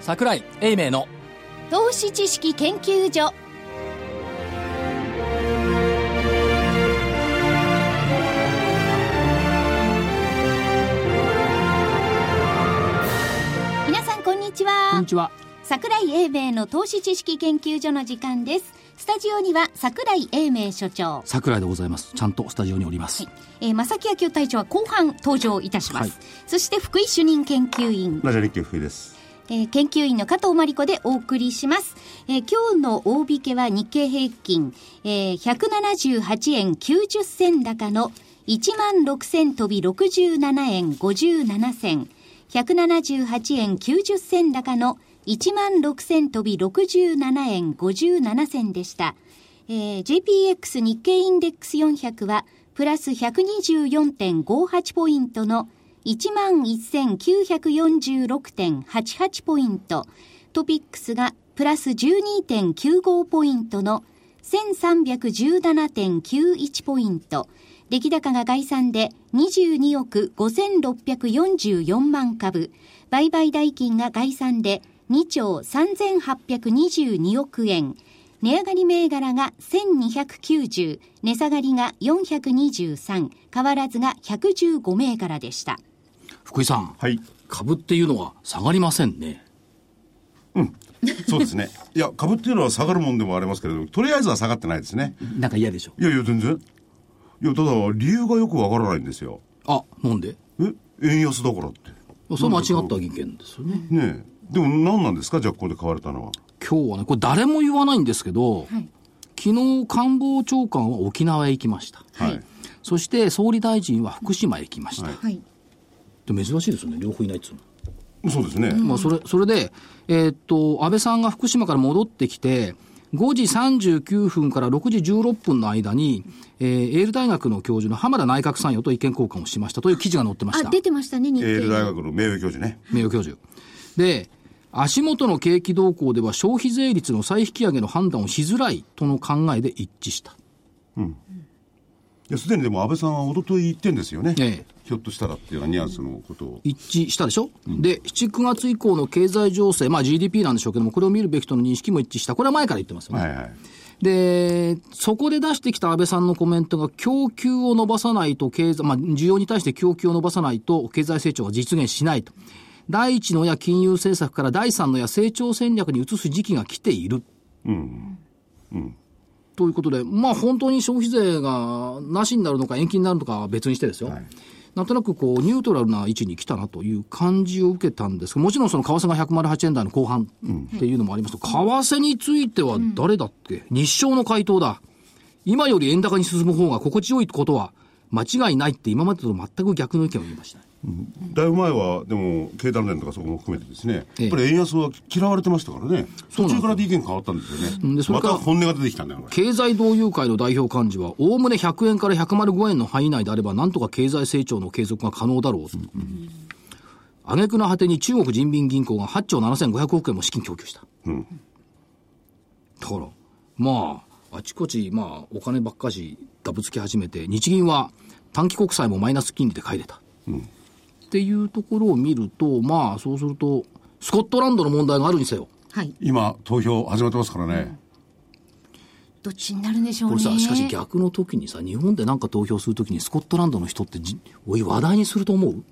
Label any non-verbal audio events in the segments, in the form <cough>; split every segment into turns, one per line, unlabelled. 桜井英明の
投資知識研究所皆さんこんにちは
こんにちは。
桜井英明の投資知識研究所の時間ですスタジオには桜井英明所長
桜井でございます。ちゃんとスタジオにおります。
えー、正木明夫隊長は後半登場いたします、
は
そして福井主任研究員
ラジオ日経福井です。
えー研究員の加藤真理子でお送りします。えー今日の大引けは日経平均、えー178円90銭高の16,000飛び67円57銭。178円90銭高の16,000飛び67円57銭でした。えー JPX 日経インデックス400は、プラス124.58ポイントの11,946.88ポイント。トピックスがプラス12.95ポイントの1317.91ポイント。出来高が概算で22億5644万株。売買代金が概算で2兆3822億円。値上がり銘柄が1290、値下がりが423、変わらずが115銘柄でした。
福井さん、
はい。
株っていうのは下がりませんね。
そうですね。 <laughs> いや、株っていうのは下がるもんでもありますけれど、とりあえずは下がってないですね。
なんか嫌でしょ。
いやいや、全然。いや、ただ、理由がよくわからないんですよ。
あ、なんで
え円安だからって。
それ間違った意見ですよね。
ねえ。でも何なんですかじゃあここで買われたのは。
今日はね、これ誰も言わないんですけど、昨日官房長官は沖縄へ行きました。
はい。
そして総理大臣は福島へ行きました。
はい。
で珍しいですよね、両方いないっつうの。
そうですね。
まあ、それ、それで、えーっと、安倍さんが福島から戻ってきて、5時39分から6時16分の間に、えー、エール大学の教授の浜田内閣参与と意見交換をしましたという記事が載ってまし
あ、
た。
出てましたね、日
エ
経。
ール大学の名誉教授ね。
名誉教授。で、足元の景気動向では消費税率の再引き上げの判断をしづらいとの考えで一致した。
いや、すでにでも安倍さんは一昨日言ってんですよね。
ええ
ひょっとしたらっていうようなニュアンスのことを。
一致したでしょ、で、7、9月以降の経済情勢、まあ GDP なんでしょうけども、これを見るべきとの認識も一致した。これは前から言ってますよね。
はいはい。
で、そこで出してきた安倍さんのコメントが、供給を伸ばさないと経済、まあ、需要に対して供給を伸ばさないと経済成長が実現しないと。第一のや金融政策から第三のや成長戦略に移す時期が来ている。ということで、まあ本当に消費税がなしになるのか延期になるのかは別にしてですよ。なんとなくこうニュートラルな位置に来たなという感じを受けたんですけど、もちろんその為替が108円台の後半っていうのもありますと、為替については誰だっけ、日照の回答だ。今より円高に進む方が心地よいことは間違いないって今までと全く逆の意見を言いました。
だいぶ前は、でも、経団連とかそこも含めてですね、
ええ
やっぱり円安は嫌われてましたからね、
そうなんですよ
途中からで意見変わったんですよね。
んでそれ
ま
から
た本音が出てきたんだよ、これ
経済同友会の代表幹事は、おおむね100円から105円の範囲内であれば、なんとか経済成長の継続が可能だろうと。挙句の果てに中国人民銀行が8兆7500億円も資金供給した。だから、まあ、あちこち、まあ、お金ばっかしダブつき始めて、日銀は短期国債もマイナス金利で買い入れた。っていうところを見ると、まあ、そうすると、スコットランドの問題があるにせよ、
はい。
今、投票始まってますからね。
どっちになるんでしょう
こ
ね。
れさ、しかし逆の時にさ、日本でなんか投票するときにスコットランドの人ってじ、おい、話題にすると思う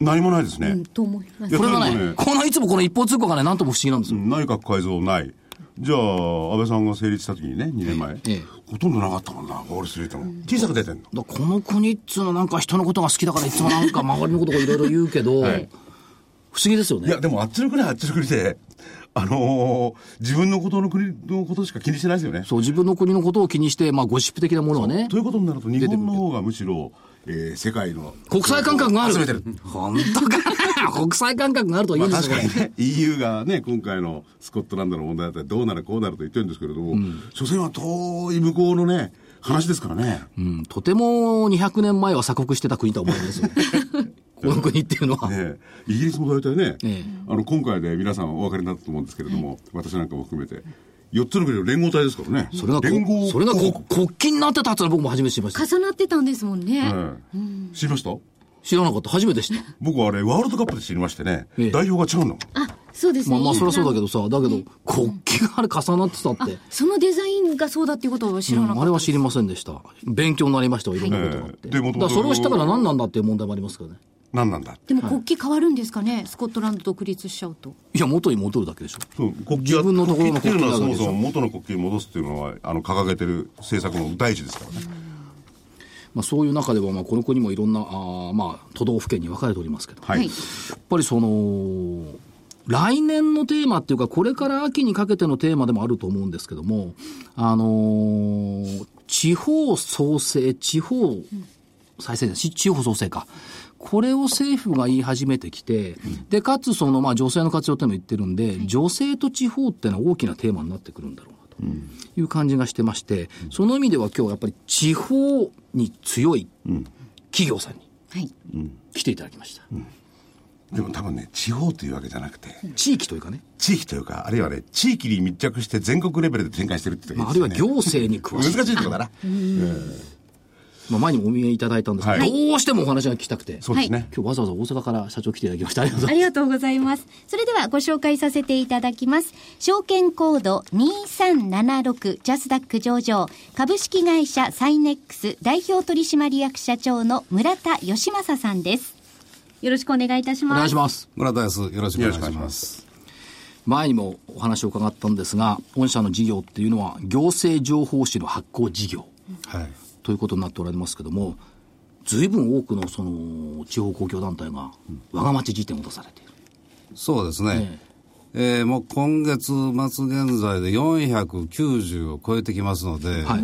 何もないです
う
ね
ん。。と思います
いや
これが
そう
ね
だね
このいつもこの一方通行がね、なんとも不思議なんです
う
よ。
ん内閣改造ない。じゃあ、安倍さんが成立した時にね、2年前、
ええ
ほとんどなかったもんな、ウォールストリートも。小さく出てん
だ
の。
この国っつうのなんか人のことが好きだから、いつも
<laughs>
なんか周りのことをいろいろ言うけど、不思議ですよ
い
ね
や、。でも、あっちの国はあっちの国で、あのー自分のことの国のことしか気にしてないですよね。
そう、自分の国のことを気にして、まあ、ゴシップ的なものはね
と。いうことになると、日本の方がむしろ、えー世界の。
国際感覚がある。
集めてる。
本当か。 <laughs> 国際感覚があるとは
ま
言
あ
うんです
確
よ、こ
かに
れ
ね、EU がね、今回のスコットランドの問題だったら、どうなるこうなると言ってるんですけれども、所詮は遠い向こうのね、話ですからね。
うん、とても200年前は鎖国してた国とは思うんですよ。
<laughs>
この国っていうのは。
ねイギリスも大体ね、
ええ
あの今回で皆さんお分かりになったと思うんですけれども、私なんかも含めて、4つの国の連合体ですからね。
それがこ、
連合
それがこ
国
国旗になってたってのは僕も初めて知りました。
重なってたんですもんね。
ええ知りました
知らなかった。初めて知った。
僕はあれ、ワールドカップで知りましてね、
ええ
代表が違うんだもん。
あ、そうですね
まあまあ、
いい
そりゃそうだけど
な
さ、だけど、国旗があれ重なってたって。
そのデザインがそうだっていうことを知らなかった、
あれは知りませんでした。勉強になりましたわ、いろんなことがあって。
ええで元々
だからそれを知ったから何なんだっていう問題もありますけどね。
何なんだって
でも国旗変わるんですかね、スコットランド独立しちゃうと。
いや、元に戻るだけでしょ。
そう国旗
自分のところ
国
の
旗っていうのはそ
国
も
旗
そ
なわ
も元の国旗に戻すっていうのはあの掲げてる政策の第一ですからね
まあ、そういう中では、まあ、この国もいろんな、あーまあ、都道府県に分かれておりますけど。
はい、
やっぱりその、来年のテーマっていうか、これから秋にかけてのテーマでもあると思うんですけども、あのー地方創生、地方再生し地方創生か。これを政府が言い始めてきて、で、かつその、まあ、女性の活用っていうのも言ってるんで、女性と地方っていうのは大きなテーマになってくるんだろうなと。いう感じがしてまして、その意味では今日やっぱり地方に強い企業さんに
はい。
来ていただきました。
でも多分ね地方というわけじゃなくて
地域というかね、
地域というかあるいはね地域に密着して全国レベルで展開してるって言った
まあ、あ
らい
るい
いで
は
すよ
行
ね
政に詳しい。
難しいとこだな
まあ、前にもお見えいただいたんですけど、
はい
どうしてもお話が聞きたくて、
そうですね、
今日わざわざ大阪から社長来ていただきました。ありがとうござ
あ
い
りがとうございます。それではご紹介させていただきます。証券コード2376ジャスダック上場株式会社サイネックス代表取締役社長の村田義正さんです。よろしくお願いいたし
ます。お
ま
願
す。
いします。
村田です。よろしくお願いし
よろしくお願いし
ま。
ます
前にもお話を伺ったんですが、御社の事業っていうのは、行政情報誌の発行事業
はい。
ということになっておられますけども、随分多くのその地方公共団体が、我が町辞典を出されている。
そうですね
え。
えーもう今月末現在で490を超えてきますので、
はい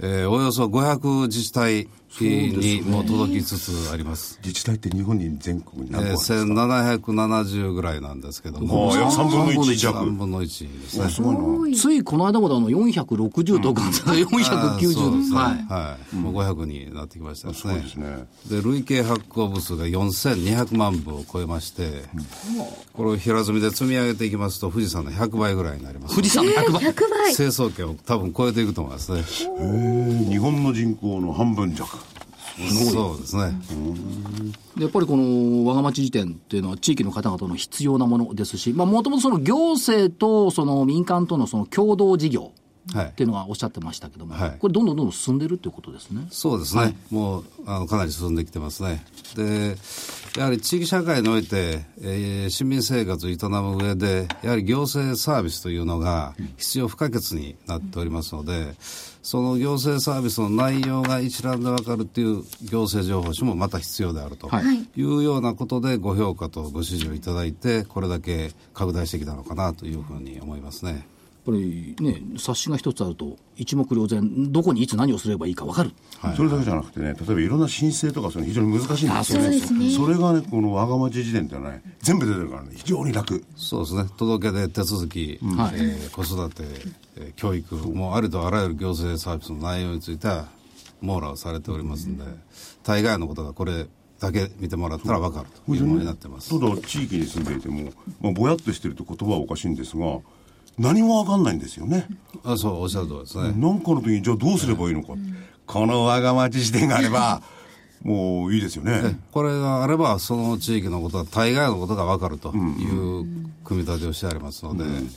えーおよそ500自治体にもう届きつつあります。
自治体って日本に全国に
え
何個あるんですか、
ー、1770ぐらいなんですけど
あ
も
あ、約3分の1
3
弱
分の1ですね。
すごいな
ついこの間まであの460とか、
あーそうです
490、
ね
はい。
はい。もう500になってきましたです
すごい
ね
です。ね
で累計発行部数が4200万部を超えまして、これを平積みで積み上げていきますと富士山の100倍ぐらいになります
富士山の100倍。
100倍。
成層圏を多分超えていくと思いますね
へえ日本の人口の半分弱
そうですね、
でやっぱりこの我が町辞典っていうのは地域の方々の必要なものですし、まあもともとその行政とその民間とのその共同事業
は
っ
い
ていうのがおっしゃってましたけども、
はい
これどんどんどんどん進んでるっていうことですね。
そうですね、もうあのかなり進んできてますねでやはり地域社会において、えー市民生活を営む上でやはり行政サービスというのが必要不可欠になっておりますのでその行政サービスの内容が一覧でわかるという行政情報誌もまた必要であると
はい
いうようなことでご評価とご支持をいただいてこれだけ拡大してきたのかなというふうに思いますね。
やっぱりね、冊子が一つあると一目瞭然、どこにいつ何をすればいいか分かる。
それだけじゃなくてね例えばいろんな申請とかそういうの非常に難しいんですよね
あそうですね
それがねこのわが町辞典ってのはね全部出てるからね非常に楽
そうですね届け出手続き、
はい
えー子育て、えー教育もうありとあらゆる行政サービスの内容については網羅をされておりますので、大概のことがこれだけ見てもらったら分かるというものになってます
ただ地域に住んでいても、まあ、ぼやっとしてると言葉はおかしいんですが何もわかんないんですよね
あそうおっしゃる通りですね、
何かの時にじゃあどうすればいいのか、このわが町辞典があれば <laughs> もういいですよね
これがあればその地域のことは大概のことが分かるという組み立てをしてありますので、えー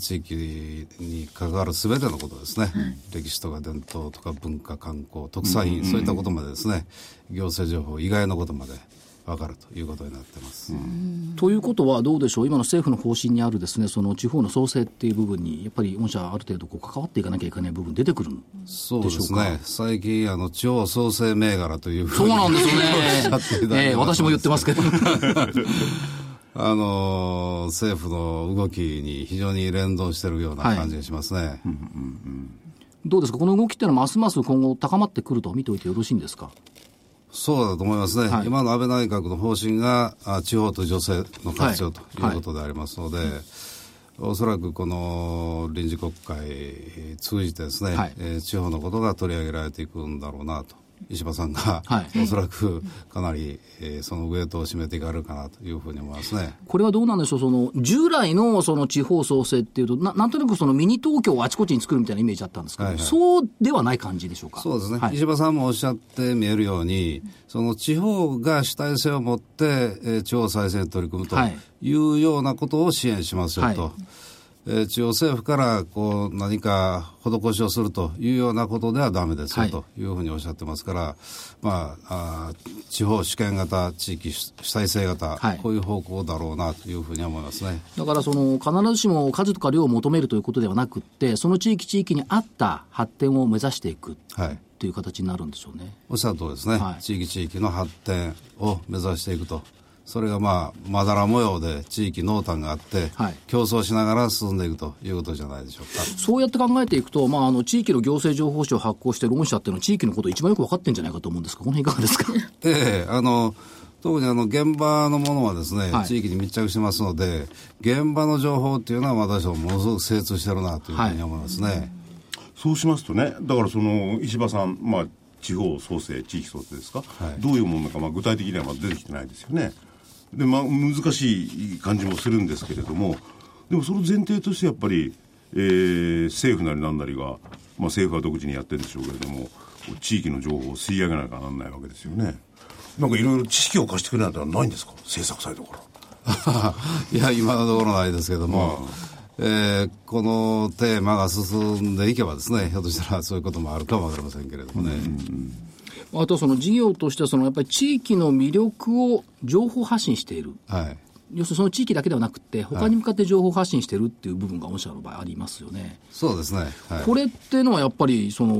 地域に関わる全てのことですね、歴史とか伝統とか文化観光特産品、そういったことまでですね行政情報以外のことまで分かるということになってます、
ということはどうでしょう、今の政府の方針にあるですね、その地方の創生っていう部分に、やっぱり御社ある程度こう関わっていかなきゃいけない部分出てくるの
そうですね最近あの地方創生銘柄というふ
そう
に
うなんですよ
おっしゃっていただい
<laughs> ね。ええ
てます
私も言ってますけど。
<laughs> あのー政府の動きに非常に連動してるような感じがしますね、
どうですか、この動きっていうのは、ますます今後、高まってくると見ておいてよろしいんですか。
そうだと思いますね、
はい
今の安倍内閣の方針があ地方と女性の活用とい
はいう
ことでありますので、おそらくこの臨時国会通じてですね、
はい
えー地方のことが取り上げられていくんだろうなと石破さんが、
はい
おそらくかなり、えーそのウエイトを占めていかれるかなというふうに思いますね。
これはどうなんでしょう、その従来のその地方創生っていうと、ななんとなくそのミニ東京をあちこちに作るみたいなイメージだったんですけど、
はいはい
そうではない感じでしょうか。
そうですね、
はい
石破さんもおっしゃって見えるように、その地方が主体性を持って、えー地方再生に取り組むと
はい
いうようなことを支援しますよと。
はい
えー中央政府からこう何か施しをするというようなことではダメですよ
はい
というふうにおっしゃってますから、まあ、あー地方主権型、地域主主体性型、
はい
こういう方向だろうなというふうに思いますね。
だからその必ずしも数とか量を求めるということではなくって、その地域地域に合った発展を目指していく
はい
という形になるんでしょうね。
おっしゃるとりですね、
はい
地域地域の発展を目指していくと、それがまあ、まだら模様で地域濃淡があって、
はい
競争しながら進んでいくということじゃないでしょうか。
そうやって考えていくと、まあ、あの地域の行政情報誌を発行して、ローン社っていうのは地域のことを一番よく分かってるんじゃないかと思うんですが、この辺いかがですか。
ええあの特にあの現場のものはですね、
はい
地域に密着しますので、現場の情報っていうのは私どもものすごく精通してるなというふうに思いますね。 <laughs>
そうしますとね、だからその石破さん、まあ、地方創生、地域創生ですか、
はい
どういうものか、まあ、具体的にはまだ出てきてないですよね。で、まあ、難しい感じもするんですけれども、でもその前提としてやっぱり、えー政府なりなんなりが、まあ、政府は独自にやってるんでしょうけれども、地域の情報を吸い上げなきゃなんないわけですよね。
なんかいろいろ知識を貸してくれなんてのはないんですか制作サイトから。
いや、今のところないですけども、えーこのテーマが進んでいけばですね、ひょっとしたらそういうこともあるかもわかりませんけれどもね。
あとその事業としてはそのやっぱり地域の魅力を情報発信している。
はい
要するにその地域だけではなくて、他に向かって情報発信してるっていう部分が御社の場合ありますよね。
そうですね。はい、
これっていうのはやっぱりその、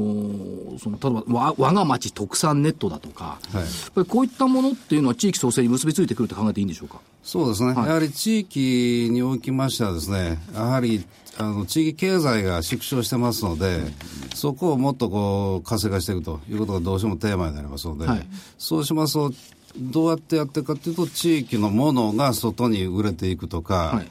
その例えばわ我が町特産ネットだとか、や
はい
っぱりこういったものっていうのは地域創生に結びついてくると考えていいんでしょうか。
そうですね、やはり地域におきましてはですね、やはりあの地域経済が縮小してますので、そこをもっとこう活性化していくということがどうしてもテーマになりますので、
はい
そうしますと、どうやってやっていくかというと、地域のものが外に売れていくとか、
はい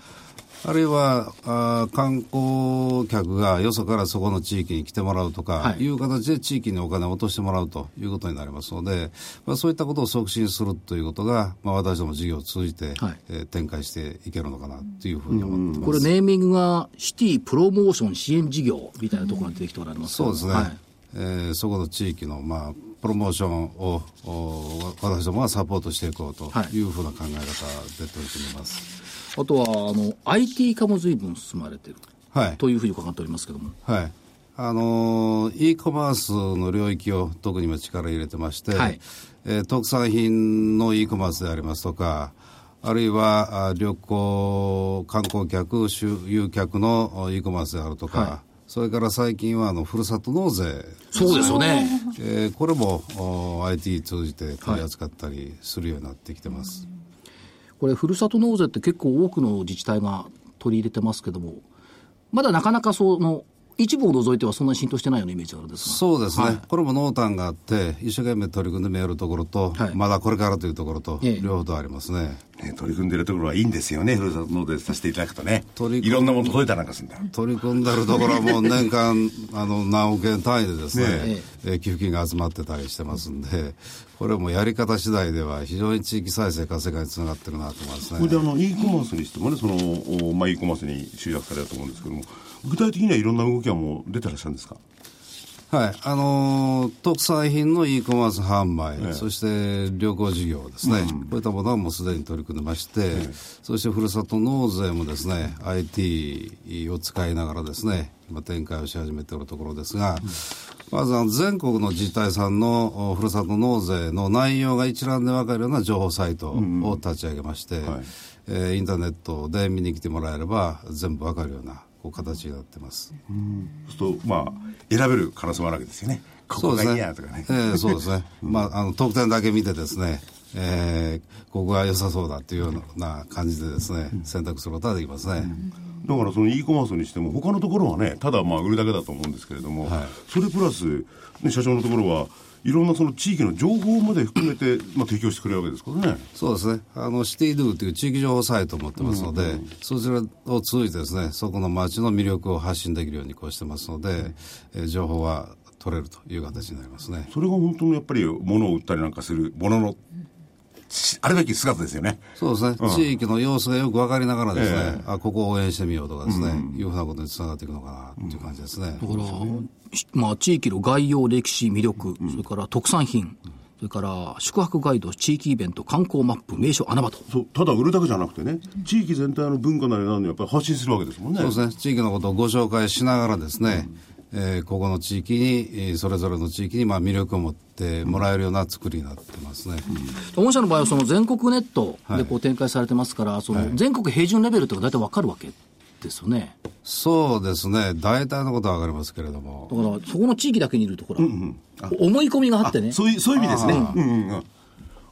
あるいはあー観光客がよそからそこの地域に来てもらうと
は
か
い
いう形で地域にお金を落としてもらうということになりますので、まあ、そういったことを促進するということが、まあ、私ども事業を通じて、
はい
えー展開していけるのかなというふうに思ってます。
これネーミングがシティプロモーション支援事業みたいなところが出てきておられますけ
そう
ど
ですね、
はい
えーそこの地域の、まあ、プロモーションをお私どもはサポートしていこうと
はい
いうふうな考え方で取り組みます。
あとはあの IT 化も随分進まれてる
はい
というふうに伺っておりますけども。
はい。あのー e コマースの領域を特に今力入れてまして、
はい
えー特産品の e コマースでありますとか、あるいはあ旅行、観光客、周遊客のお e コマースであるとか、
は
それから最近はあのふるさと納税、
そうですよね。
えーこれもお IT 通じて取り扱ったりするようになってきてます。
これ、ふるさと納税って結構多くの自治体が取り入れてますけども、まだなかなかその、一部を除いてはそんなに浸透してないようなイメージがあるんですが。
そうですね、これも濃淡があって、一生懸命取り組んで見えるところと、
はい
まだこれからというところと、
ええ
両方とありますね。
ね、取り組んでるところはいいんですよね、ふるさと納税させていただくとね。
取り組
いろんなもの届いたりなんかするんだ。
取り組んでるところはもう年間あの何億円単位でですね
ね
えー寄付金が集まってたりしてますんでこれもやり方次第では非常に地域再生活性化につながってるなと思います
それであ
ね
の e コマースにしてもね、そのおまあ、e コマースに集約されたと思うんですけども、具体的にはいろんな動きはもう出てらっしゃるんですか
はいあのー特産品の e コマース販売、そして旅行事業ですね、こういったものはもうすでに取り組んでまして、そしてふるさと納税もですね IT を使いながらですね今展開をし始めているところですが、まずあの全国の自治体さんのおふるさと納税の内容が一覧でわかるような情報サイトを立ち上げまして、
はい
えーインターネットで見に来てもらえれば全部わかるようなこう形になってます。
そうすると、まあ、選べる可能性もあるわけですよね。ここがいいやとかね。
ええそうですね。まあ、あの、得点だけ見てですね、えー、ここが良さそうだっていうような感じでですね、選択することができますね。
だからその e コマースにしても他のところはねただまあ売るだけだと思うんですけれども、それプラス、ね、社長のところはいろんなその地域の情報まで含めて、まあ、提供してくれるわけですからね
そうですね。あの、シティドゥという地域情報サイトを持ってますので、そちらを通じてですね、そこの街の魅力を発信できるようにこうしてますので、えー情報は取れるという形になりますね。
それが本当のやっぱり物を売ったりなんかするもののしあるべき姿ですよね。
そうですね、地域の様子がよく分かりながらですね、あ、ここを応援してみようとかですね、いうふうなことにつながっていくのかなっていう感じですね。
だから、しまあ、地域の概要、歴史、魅力、それから特産品、それから宿泊ガイド、地域イベント、観光マップ、名所、穴場と。
そうただ売るだけじゃなくてね、地域全体の文化なりなんやっぱり発信するわけですもんね。
そうですね、地域のことをご紹介しながらですね、えーここの地域に、えーそれぞれの地域にまあ魅力を持ってもらえるような作りになってますね。
御社の場合はその全国ネットでこう展開されてますから、その全国平準レベルとか大体わかるわけですよね。
そうですね、大体のことは分かりますけれども
だ。から、そこの地域だけにいると、ほら、思い込みがあってね。
そういう、そういう意味ですね。うんうんうん。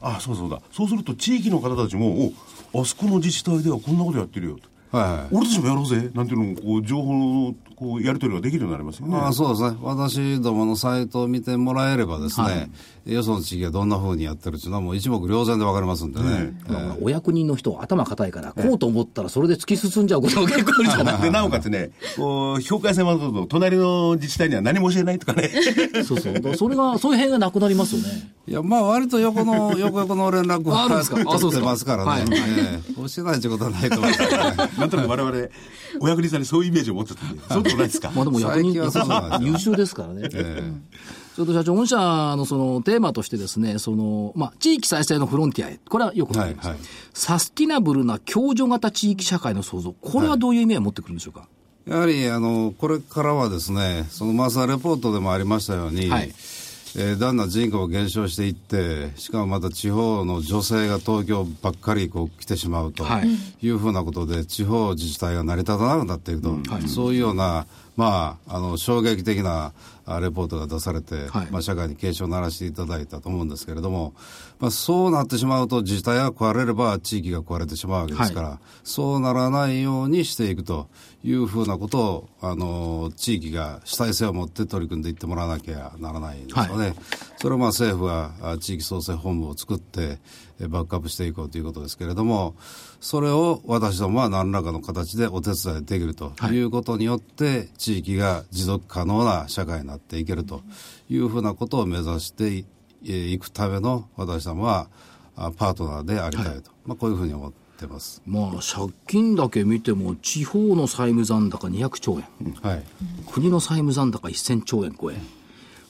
あ、そうそうだ。そうすると地域の方たちも、お、あそこの自治体ではこんなことやってるよと。
はい
俺たちもやろうぜなんていうのもこう情報のこうやり取りができるようになりますよね。
まあそうですね。私どものサイトを見てもらえればですね、よその地域がどんな風にやってるっていうのはもう一目瞭然でわかりますんでね。
だからほらお役人の人は頭固いから、こうと思ったらそれで突き進んじゃうことが結構あるじゃない
<laughs> でなおかつね、こう評価制もあると隣の自治体には何も教えないとかね。
<laughs> そうそう。だからそれが、そういう辺がなくなりますよね。
いや、まあ割と
<laughs>
横の、横横の連絡
あ
は
あるんですかあそうで
<laughs> 取っ
す
て
か
ますからね。
はい
ええ教えないってことはないと思いますけどね。
<laughs>
なんとなく我々お役人さんにそういうイメージを持ってたんで、そうでもない
<laughs>
ですか。
まあでも役
最
人
近はそうなんですよ
優秀ですからね。ちょっと社長、御社のそのテーマとしてですね、その、まあ、地域再生のフロンティアへ。これはよくわかります。
はいはい
サスティナブルな共助型地域社会の創造。これはどういう意味を持ってくるんでしょうか、
やはり、あの、これからはですね、そのマスターレポートでもありましたように、
はい
えーだんだん人口が減少していって、しかもまた地方の女性が東京ばっかりこう来てしまうと
はい
いうふうなことで、地方自治体が成り立たなくなっていくと、そういうような、まあ、あの、衝撃的なあレポートが出されて、
はい
まあ、社会に警鐘を鳴らしていただいたと思うんですけれども、まあ、そうなってしまうと自治体が壊れれば地域が壊れてしまうわけですから、そうならないようにしていくというふうなことを、あの、地域が主体性を持って取り組んでいってもらわなきゃならないんですよね。それはまあ政府があ地域創生本部を作って、えバックアップしていこうということですけれども、それを私どもは何らかの形でお手伝いできるということによって、地域が持続可能な社会になっていけるというふうなことを目指していえーいくための私どもはあパートナーでありたいと、まあ、こういうふうに思ってます。
まあ、借金だけ見ても、地方の債務残高200兆円、
はい。
国の債務残高1000兆円超え。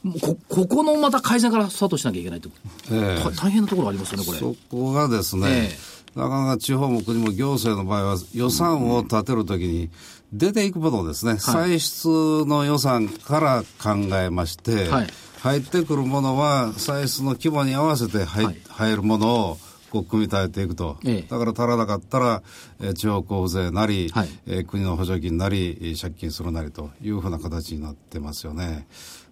もうこ、ここのまた改善からスタートしなきゃいけないと。
ええ
た大変なところありますよね、これ。
そこがですね、
え
なかなか地方も国も行政の場合は予算を立てるときに出ていくものをですね、歳出の予算から考えまして、
はい
入ってくるものは歳出の規模に合わせて入,、
はい
入るものをこう組み立てていくと、
ええ
だから足らなかったら、えー地方交付税なり、
はい
えー国の補助金なり、えー借金するなりというふうな形になってますよね。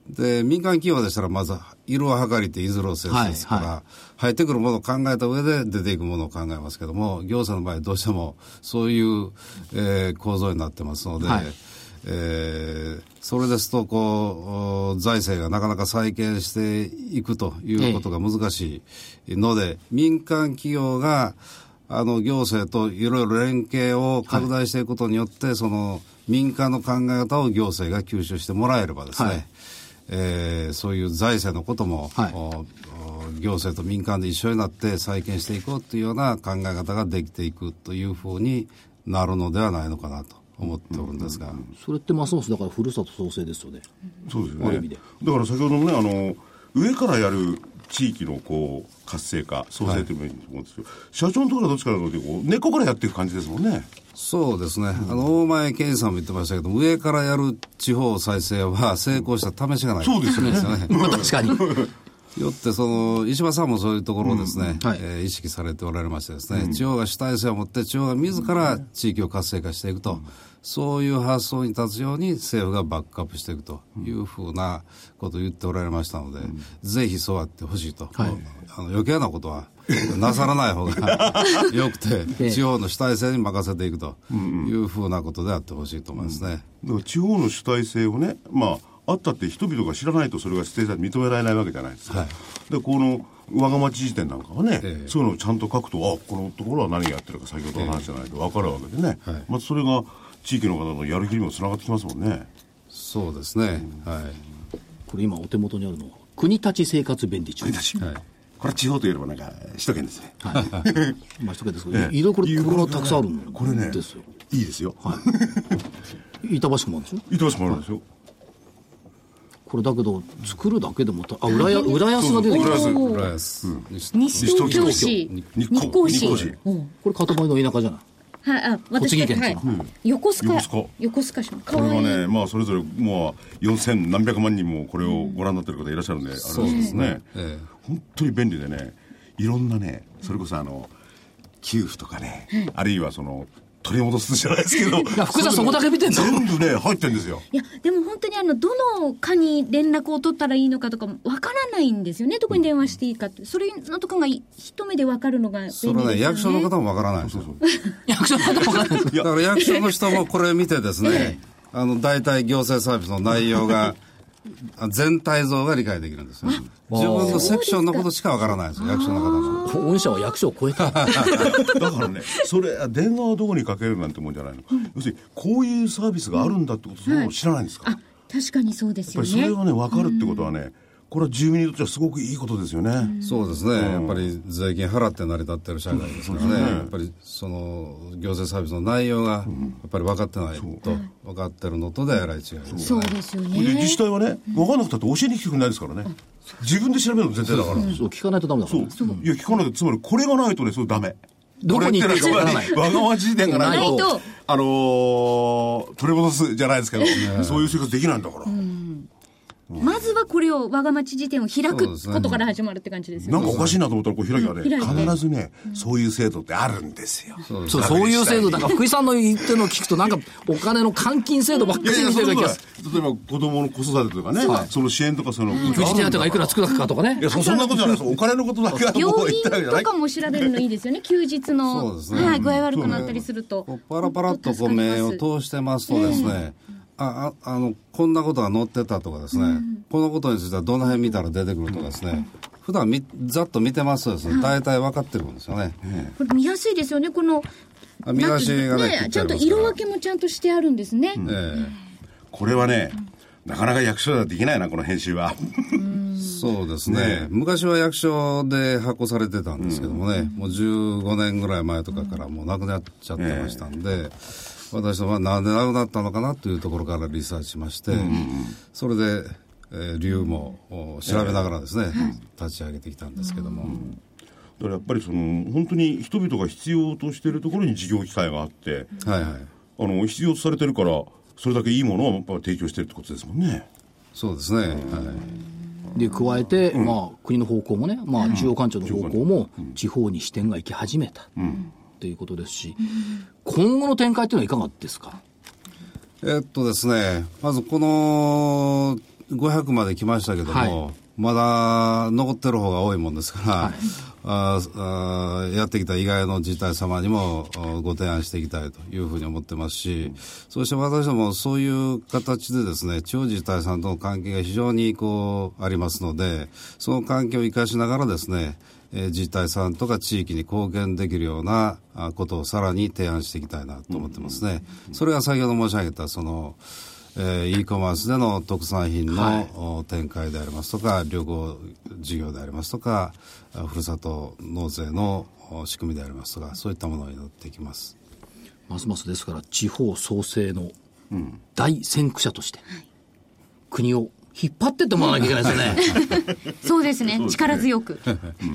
で、民間企業でしたら、まず、色は測りて、いずれを制
はい
ですから、
は
入ってくるものを考えた上で出ていくものを考えますけども、行政の場合どうしてもそういう、えー構造になってますので、
はい
えーそれですとこう、お財政がなかなか再建していくということが難しいので、民間企業が、あの行政といろいろ連携を拡大していくことによって、その民間の考え方を行政が吸収してもらえればですね、
はい
えーそういう財政のことも、
はい
おお行政と民間で一緒になって再建していこうというような考え方ができていくというふうになるのではないのかなと思っておるんですが、
それってますますだからふるさと創生ですよね。
そうです
あ
よ
る意味
ね
で。
だから先ほどもね、あの、上からやる地域のこう活性化、創生というのもいいと思うんですけど、社長のところはどっちからだろうというとこう根っこからやっていく感じですもんね。
そうですね、あの大前健二さんも言ってましたけど上からやる地方再生は成功した試しがない
そう <laughs> ですよね
よね。
まあ <laughs> 確かに。
よってその石破さんもそういうところをですね、
うんはい
えー意識されておられましてですね、地方が主体性を持って地方が自ら地域を活性化していくと、そういう発想に立つように政府がバックアップしていくというふうなことを言っておられましたので、ぜひそうやってほしいと、
はい
あの余計なことはなさらない方
<laughs>
がよく
ええ
て地方の主体性に任せていくというふうなことであってほしいと思いますね。
だから地方の主体性をね、まあ、あったって人々が知らないとそれがステータス認められないわけじゃないですか。
はい
でこの我が町辞典なんかはね、
ええ
そういうのをちゃんと書くとあこのところは何やってるか先ほどの話じゃないと分かるわけでね、
はい
まあ、それが地域の方のやる気にもつながってきますもんね。
そうですね、はい
これ今お手元にあるのは国立生活便利帳
はいこれは地方というよりもなんか首都圏ですね。
はい。まあ、一言ですけど、居所ってこれたくさんあるん
これね
ですよ。
いいですよ。
<laughs> 板橋区もあるんでしょ
伊藤島もあるでしょ、
これだけど、作るだけでもた、あ、浦安、浦安が出てきた。
そう
浦安、西
西東京市
日
日
光
光市
日光市
うん
これ片前の田舎じゃない。
<laughs>
はいあ私
栃木県
はい
です
横須賀
横須賀
横須賀市もか
これ
わい
が
い
ね、まあ、それぞれ、まあ、4000何百万人もこれをご覧になってる方いらっしゃるんで、あれですね、
ええ
本当に便利でね、いろんなね、それこそあの給付とかね、あるいはその取り戻すじゃないですけど、い
や福田さんそこだけ見てんの
全部ね、入ってるんですよ。
いやでも本当にあのどの課に連絡を取ったらいいのかとかもわからないんですよねどこに電話していいかってそれのとかがい一目でわかるのが便利です
そ
よ
れは
ね
ね、役所の方もわからないんですよ。
役所の方わかんない。
だから役所の人もこれ見て <laughs> ですね、あの、大体行政サービスの内容 <laughs> が、あ全体像が理解できるんですよ。自分のセクションのことしかわからないんですよ、役所の方も。
御社は役所を超えた。
だからね、それ、あ電話はどこにかけるなんてもんじゃないの。要するに、こういうサービスがあるんだってこと、それも知らないんですか、
あ確かにそうです
や
よ
っぱりそれ
ね
がね、分かるってことはね、これは住民にとってはすごくいいことですよね。
そうですね、やっぱり税金払って成り立ってる社会ですからね、やっぱりその行政サービスの内容がやっぱり分かってないと、分かってるのとでえらい違いです
そうですよ
で
ね
自治体はね、分かんなくたって教えに来てくれないですからね。自分で調べるの絶対だから。
そう、聞かないとダメだから
そう
ね。。
いや、聞かないと、つまりこれがないとね、そうダメ。
どこに行ってるかわからない
これってのはわがまま辞典がない
ない
と
と、
あのー、取り戻すじゃないですけど、そういう生活できないんだから。
まずはこれをわがまち辞典を開
そう
く
ですね
ことから始まるって感じですよ
な
ね
んかおかしいなと思ったら、こう、開きは
開いて
ね、必ずね、そういう制度ってあるんですよ。そう
そう、そういう制度だから、 <laughs> 福井さんの言ってるのを聞くと、なんか、お金の換金制度ばっ
い
か
やい
り
や、
見
そ
て
うい
る
う
気
こと
が
です
る。
例えば、子供の子育てとかね、その支援とか、その、
育児手当がいくらつくだかとかね。
いや、そそんなことじゃないです。お金のことだけはもう
病
言
院
ったわけじゃな
と
い。
かも調べるのいいですよね休日
そう
の、
ですね
はい、具合悪くなったりすると、
こうパラパラっとこう
本当助かり
目
ま
を
す
通してますとですね、あああのこんなことが載ってたとかですね、このことについてはどの辺見たら出てくるとかですね、普段みざっと見てますとですね、大体分かってくるんですよね。
これ見やすいですよねこの
あ見出し
な
がね
んて
切ってありますから
ちゃんと色分けもちゃんとしてあるんですね、
え
これはね、なかなか役所ではできないな、この編集は。 <laughs>
えそうですね
ねえ
昔は役所で発行されてたんですけどもね、もう15年ぐらい前とかからもうなくなっちゃってましたんで、私どもはなんでなくなったのかなというところからリサーチしまして、それで、えー理由もお調べながらですね、立ち上げてきたんですけども、
だからやっぱりその本当に人々が必要としているところに事業機会があって、
はいはい
あの必要とされてるからそれだけいいものをやっぱ提供してるってことですもんね。
そうですね、はい、
で、加えて、まあ、国の方向もね、まあ、中央官庁の方向も、地方に視点が行き始めた。ということですし、今後の展開っていうのはいかがですか
えっとですね、まずこの500まで来ましたけども、
は
まだ残ってる方が多いもんですから、あーあーやってきた以外の自治体様にもおご提案していきたいというふうに思ってますし、そして私どもそういう形でですね、地方自治体さんとの関係が非常にこうありますので、その関係を生かしながらですね、えー自治体さんとか地域に貢献できるようなあことをさらに提案していきたいなと思ってますね。それは先ほど申し上げた、その、えー e コマースでの特産品の、
はい
お展開でありますとか、旅行事業でありますとか、あふるさと納税のお仕組みでありますとか、そういったものになってきます。
ますますですから、地方創生の大先駆者として、国を引っ張ってってもらわなきゃいけないですよね。
そうですね力強く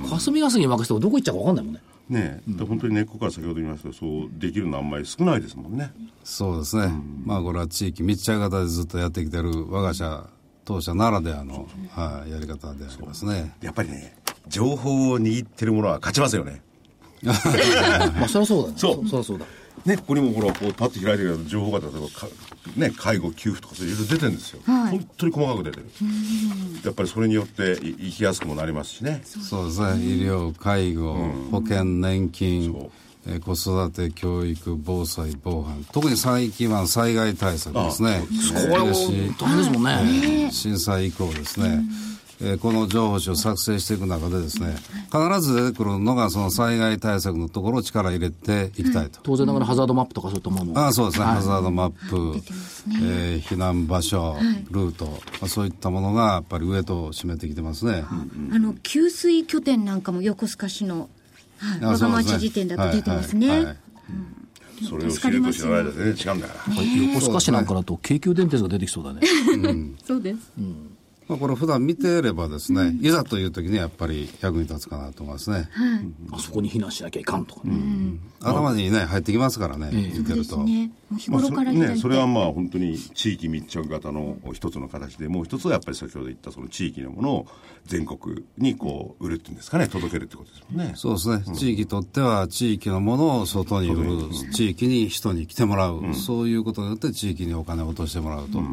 霞が関に任せてもどこ行っちゃうか分かんないもんね。
ねえ、だから本当に根っこから先ほど言いましたけどそうできるのはあんまり少ないですもんね。
そうですね。まあこれは地域密着型でずっとやってきてる我が社、当社ならではの、はい、やり方でありますね。
やっぱりね情報を握ってるものは勝ちますよね。
まあ、そりゃそうだね。
そう
そりゃそうだ。
ね、ここにもほらこうパッと開いてるけど情報が例えばか、ね、介護給付とかそういろいろ出てるんですよ、
はい
本当に細かく出てるやっぱりそれによってい生きやすくもなりますしね
そうですね、医療、介護、保険、年金
そ、
えー子育て、教育、防災、防犯、特に最近は災害対策ですね、
これも
ですし
大変ですもんね。
震災以降ですね、えーこの情報誌を作成していく中でですね、必ず出てくるのが、その災害対策のところを力入れていきたいと。
当然ながらハザードマップとかそういったものも
ああそうですね、ハザードマップ、えー避難場所、ルート、まあ、そういったものがやっぱりウエイトを占めてきてますね。
あの給水拠点なんかも横須賀市の、はい、
あ
わ
そ
が
う
ま
ですね
ち時点だと出てますね。
はいはい
それを知ると知らないと全然違うんだから。
横須賀市なんかだと京急電鉄が出てきそうだね
そうです。
まあ、これ普段見てればですね、いざという時にやっぱり役に立つかなと思いますね。
<laughs> あそこに避難しなきゃいかんとかね、
頭にね、入ってきますからね、見てると。
ね、もう日
まあ
頃
そ
から
ね、それは
は
まあ本当に地域密着型の一つの形でもう一つはやっぱり先ほど言ったその地域のものを全国にこう売るっていうんですかね届けるってことですもんね。
そうですね、地域にとっては地域のものを外に売る、地域に人に来てもらう、そういうことによって地域にお金を落としてもらうと。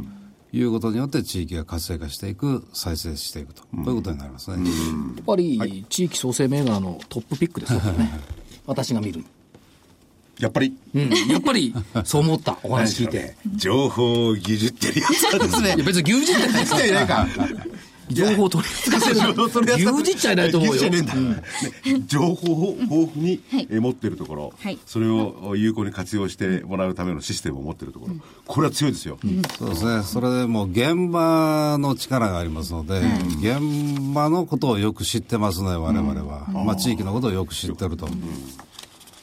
いうことによって地域が活性化していく、再生していくと、こういうことになりますね。
やっぱり地域創生銘柄のトップピックですよね私が見るに
やっぱり
うん、やっぱりそう思った、お話聞いて。
情報をぎじってるやつはですね <laughs>
いや、別に牛耳ってないです
いないか。
<laughs> 情報を取り扱ってる。牛耳っちゃいないと思うよ
牛。耳っちゃいないんだね情報を豊富に
はい
え持ってるところ
はい、
それを有効に活用してもらうためのシステムを持ってるところ、これは強いですよ。
そうですね、それでもう現場の力がありますので、現場のことをよく知ってますね、我々は。まあ、地域のことをよく知ってると。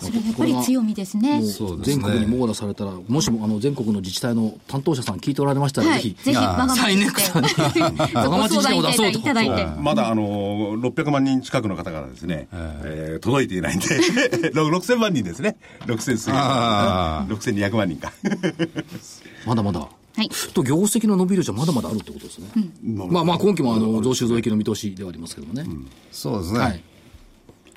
それやっぱり強みですね。
そうです
全
ね。
国に網羅されたら、もしもあの全国の自治体の担当者さん聞いておられましたら、
は
ぜ
い、
ひ、
ぜひ、わがま
サイ
ち
ネ
時
クタに、
点
わが
ご
まち
相
事件を出
談いただ
そう
い
と
てい。ただいて。
まだあの600万人近くの方がですね、えー届いていないんで、6000万人ですね。6000
あ
6200万人か。
<laughs> まだまだ。
はい。
と業績の伸び率はまだまだあるってことですね。まあまあ今期もあの増収増益の見通しではありますけどもね。
そうですね。
はい。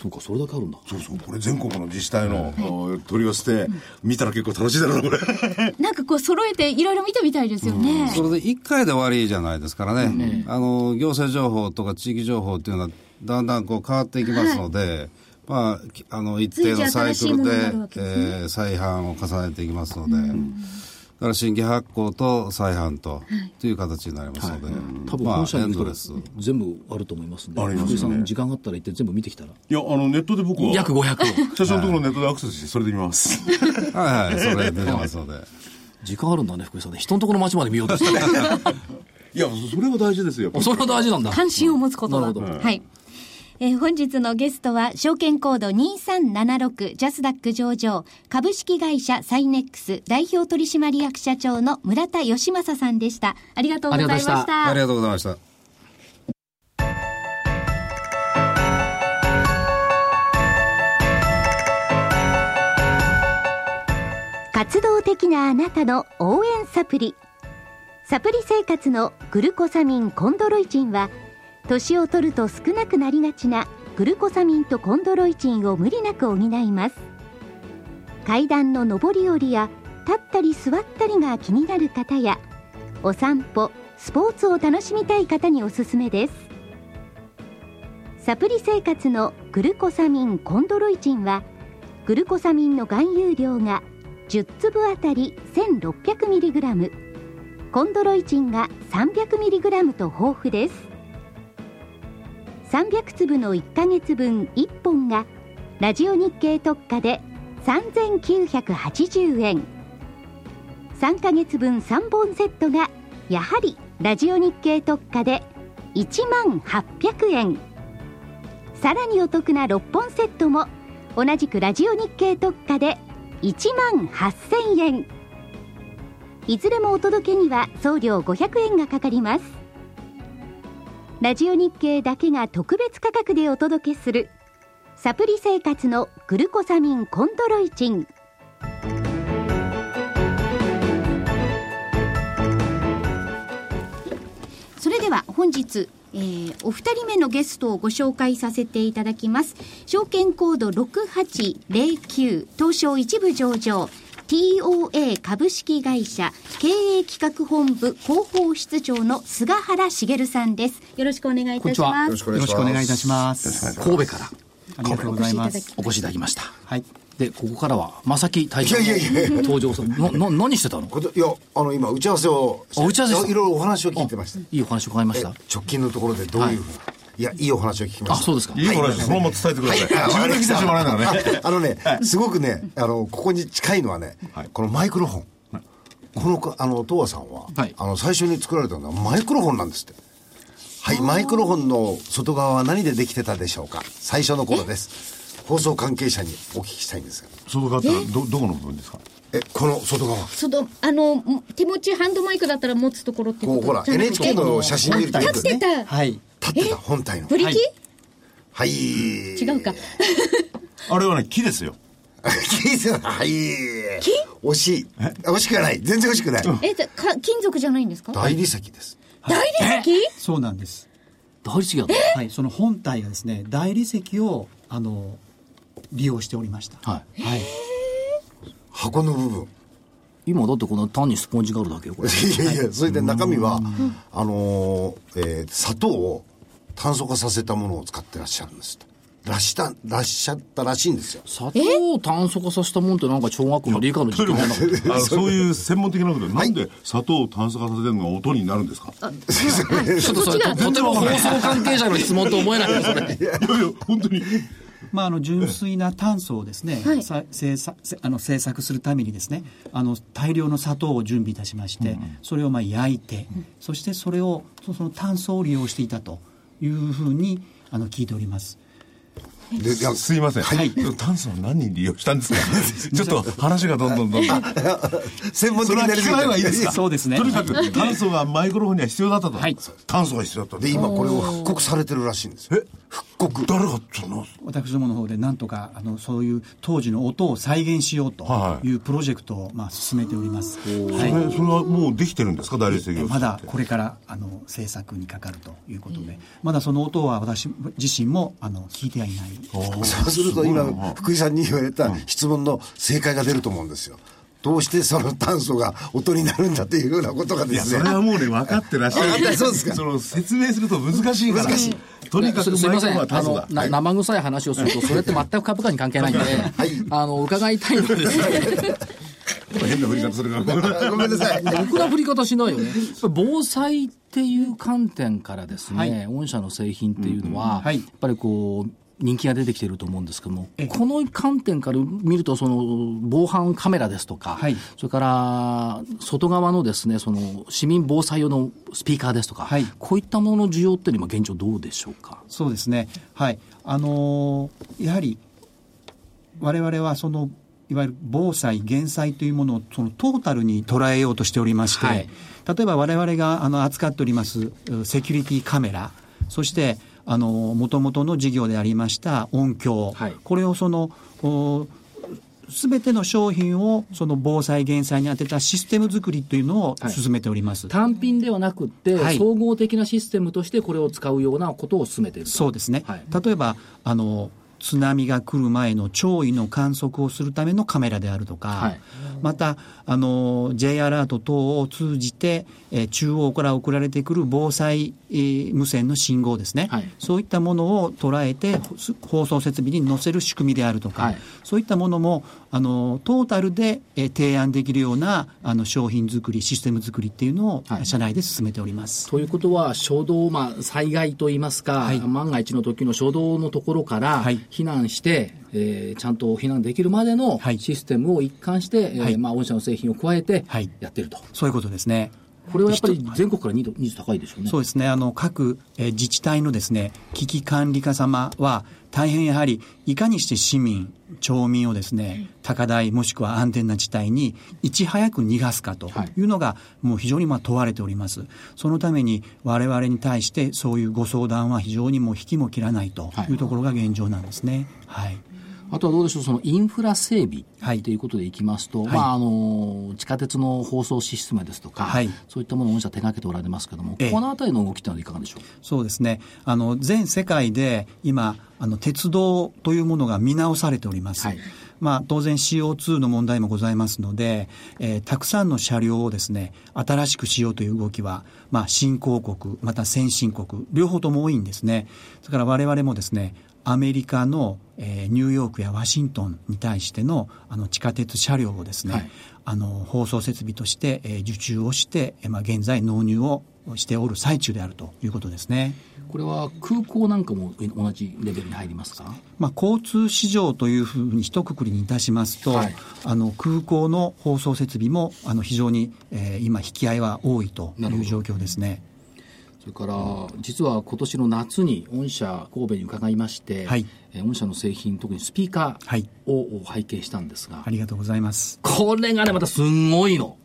そうか、それだけあるんだ。
そうそう、これ全国の自治体のあの取り寄せて、見たら結構 <laughs> 楽しいだろうな、これ。
なんかこう揃えていろいろ見てみたいですよね。
それで1回で終わりじゃないですからね、あの行政情報とか地域情報っていうのは、だんだんこう変わっていきますので、まあき、あの一定のサイ
随時新し
クルで
いものになるわけですね
えー再販を重ねていきますので、だから新規発行と再販と、という形になりますので、
多分
まあ、エ
本社
ン
に行
ド
く
レ
と
ス。
全部あると思いますんで、
あります
福井
ね
さん、時間があったら行って全部見てきたら。
いや、あの、ネットで僕は。
約500を。
社長のところのネットでアクセスして、それで見ます。
はいはい、それ出てますので。
<laughs> 時間あるんだね、福井さんね。人のところの街まで見ようとして <laughs> る。
いや、それは大事ですよ。やっぱ
あ
り
それは大事なんだ。
関心を持つことだ
なるほど
はい。えー本日のゲストは、証券コード2376ジャスダック上場、株式会社サイネックス代表取締役社長の村田義正さんでした。ありがとうございま
ありがとうございま
し
した
た
あり。がとうございました。
活動的なあなたの応援サプリサプリ生活のグルコサミンコンドロイチンは年を取ると少なくなりがちなグルコサミンとコンドロイチンを無理なく補います階段の上り下りや立ったり座ったりが気になる方やお散歩スポーツを楽しみたい方におすすめですサプリ生活のグルコサミンコンドロイチンはグルコサミンの含有量が10粒あたり 1600mg コンドロイチンが 300mg と豊富です300粒の1ヶ月分1本がラジオ日経特価で3980円3ヶ月分3本セットがやはりラジオ日経特価で1万800円さらにお得な6本セットも同じくラジオ日経特価で1万8000円いずれもお届けには送料500円がかかりますラジオ日経だけが特別価格でお届けするサプリ生活のグルコサミンコンドロイチンそれでは本日、えーお二人目のゲストをご紹介させていただきます。証券コード6809東証一部上場 TOA 株式会社経営企画本部広報室長の菅原茂さんです。よろしくお願いいたします。
よろしくお願いいたします。
す
神戸から
ありがとうございま
お越しいただ
す
き。
お越しいただきました。
はい。
で、ここからは、正木隊長の
いやいやいや
登場さん、な、な、何してたの
こといやあの今打ち合わせをして
あ打ち合わせですか
いろいろお話を聞いてました
いいお話伺いまし
え
た。
直近のところでどういうふうな、い、やいいお話を聞きました
あそうですか
いい話、そのまま伝えてください。自分で来てしまわないからね。
あのね、すごくね、あの、ここに近いのはね、このマイクロフォン。このか、あの、東和さんは、
はい
あの、最初に作られたのはマイクロフォンなんですって。はい、マイクロフォンの外側は何でできてたでしょうか最初の頃です。放送関係者にお聞きしたいんですが。
外側ってのはど、どこの部分ですか
え、この外側。
そのあのも手持ちハンドマイクだったら持つところって
こ
こ
う、
と
ほら、
じゃなくて
NHK の写真見るとよく
立って
ね、
た、
はい。
立ってた、本体の。
ブリキ、
はい。
違うか
あれはね、木ですよ。
聞いてないはい。惜しい。あ惜しくはない。全然惜しくない。
えじゃか金属じゃないんですか
大理石です。
大理石
そうなんです。
大理石だと。
はい。その本体がですね、大理石を、あの、利用しておりました。
はい。
はい。
箱の部分。
今だってこの単にスポンジがあるだけよ、これ。
いやいや、それで中身は、あのーえー砂糖を炭素化させたものを使ってらっしゃるんですってらした、らっしゃったらしいんですよ。
砂糖を炭素化させたもんってなんか小学校の理科の
と
実
に
験
か
だ
く
な。
あのそういう専門的なことで、なんで砂糖を炭素化させるのが音になるんですか
ちょっとそれ、とても放送関係者の質問と思えないですね。
いやいや、本当に。
まあ、あの純粋な炭素をですね、さ生産せあの製作するためにですねあの大量の砂糖を準備いたしまして、それをまあ焼いて、そしてそれをそその炭素を利用していたというふうにあの聞いております
で、いや
すいません。
はい。
炭素を何に利用したんですかちょっと話がどんどんどんどん。
専門
それは
的になり
聞
す
かない方がいい
ぎ
です
て。
か
そうですね
とにかく炭素がマイクロフォンには必要だったと。
はい
炭素が必要だったと。
で、今これを復刻されてるらしいんですよ。
え復刻誰がその
私どもの方でなんとかあのそういう当時の音を再現しようと
はい
いうプロジェクトをまあ進めております、
そ
は
れ
い
それはもうできてるんですか大理石業者って
まだこれからあの制作にかかるということで、まだその音は私自身もあの聞いてはいない
そうすると今、福井さんに言われた質問の正解が出ると思うんですよ。どうしてその炭素が音になるんだっていうようなことが
い
で
や
す
そ
ね
れ。はもうね分かってらっしゃ
あ分かっ
る
たそうですか
の説明すると難しいから
難し
とにかく
すすい
マイ
ま
ク
せ
ロ
ん、
は
あ
炭素
の
だ、
な生臭い話をすると、それって全く株価に関係ないんで、あの、伺いたいのはですね、
変な振り方するから
ごめんなさい。
僕な振り方しないよね。防災っていう観点からですね、御社の製品っていうのは、
はい
やっぱりこう、人気が出てきてると思うんですけども、
え
この観点から見ると、その、防犯カメラですとか、
はい
それから、外側のですね、その、市民防災用のスピーカーですとか、
はい
こういったものの需要っていうのは今現状どうでしょうか
そうですね、はいあのーやはり我々はそのいわゆる防災・減災というものをそのトータルに捉えようとしておりまして、
はい
例えば我々があの扱っておりますうセキュリティカメラそしてあの元々の事業でありました音響、
はい
これをそのお全ての商品をその防災・減災に当てたシステム作りというのを
はい
進めております。
単品ではなくって、
はい
総合的なシステムとしてこれを使うようなことを進めていると
そうですね、
はい
例えばあの津波が来る前の潮位の観測をするためのカメラであるとか、
はい
またあの J アラート等を通じて、えー中央から送られてくる防災、えー無線の信号ですね、
はい
そういったものを捉えてほす放送設備に載せる仕組みであるとか、
はい
そういったものもあのトータルで、えー提案できるようなあの商品作りシステム作りっていうのを、
はい
社内で進めております。
ということは、衝動、まあ、災害といいますか、
はい
万が一の時の衝動のところから、
はい
避難して、えーちゃんと避難できるまでの
はい
システムを一貫して、えー
はい
まあ、御社の製品を加えて
はい、
やってると。
そういうことですね。
これはやっぱり全国からニーズニーズ高いでしょうね。
そうですね、あの各えー自治体のですね危機管理課様は、大変やはりいかにして市民、町民をですね高台、もしくは安全な地帯にいち早く逃がすかと
はい
いうのが、もう非常にまあ問われております、そのために我々に対して、そういうご相談は非常にもう引きも切らないと
はい
いうところが現状なんですね。はい
あとはどうでしょう、そのインフラ整備
はい
ということでいきますと、
い
まあ、あの地下鉄の放送システムですとか、
はい
そういったものを御社手掛けておられますけども、
ええ
このあたりの動きというのはいかがでしょう
そうですね。あの、全世界で今、あの、鉄道というものが見直されております。
はい
まあ、当然 CO2 の問題もございますので、えーたくさんの車両をですね、新しくしようという動きは、まあ、新興国、また先進国、両方とも多いんですね。だから我々もですね、アメリカの、えーニューヨークやワシントンに対してのあの地下鉄車両をですね、あの放送設備として、えー受注をして、えーまあ、現在納入をしておる最中であるということですね。
これは空港なんかも同じレベルに入りますか
まあ、交通市場というふうに一括りにいたしますと、あの空港の放送設備もあの非常に、えー今、引き合いは多いという状況ですね。
それから、実は今年の夏に御社神戸に伺いまして、
はい
えー御社の製品特にスピーカ
はい
ーを拝見したんですが、
ありがとうございます。
これがねまたすんごいの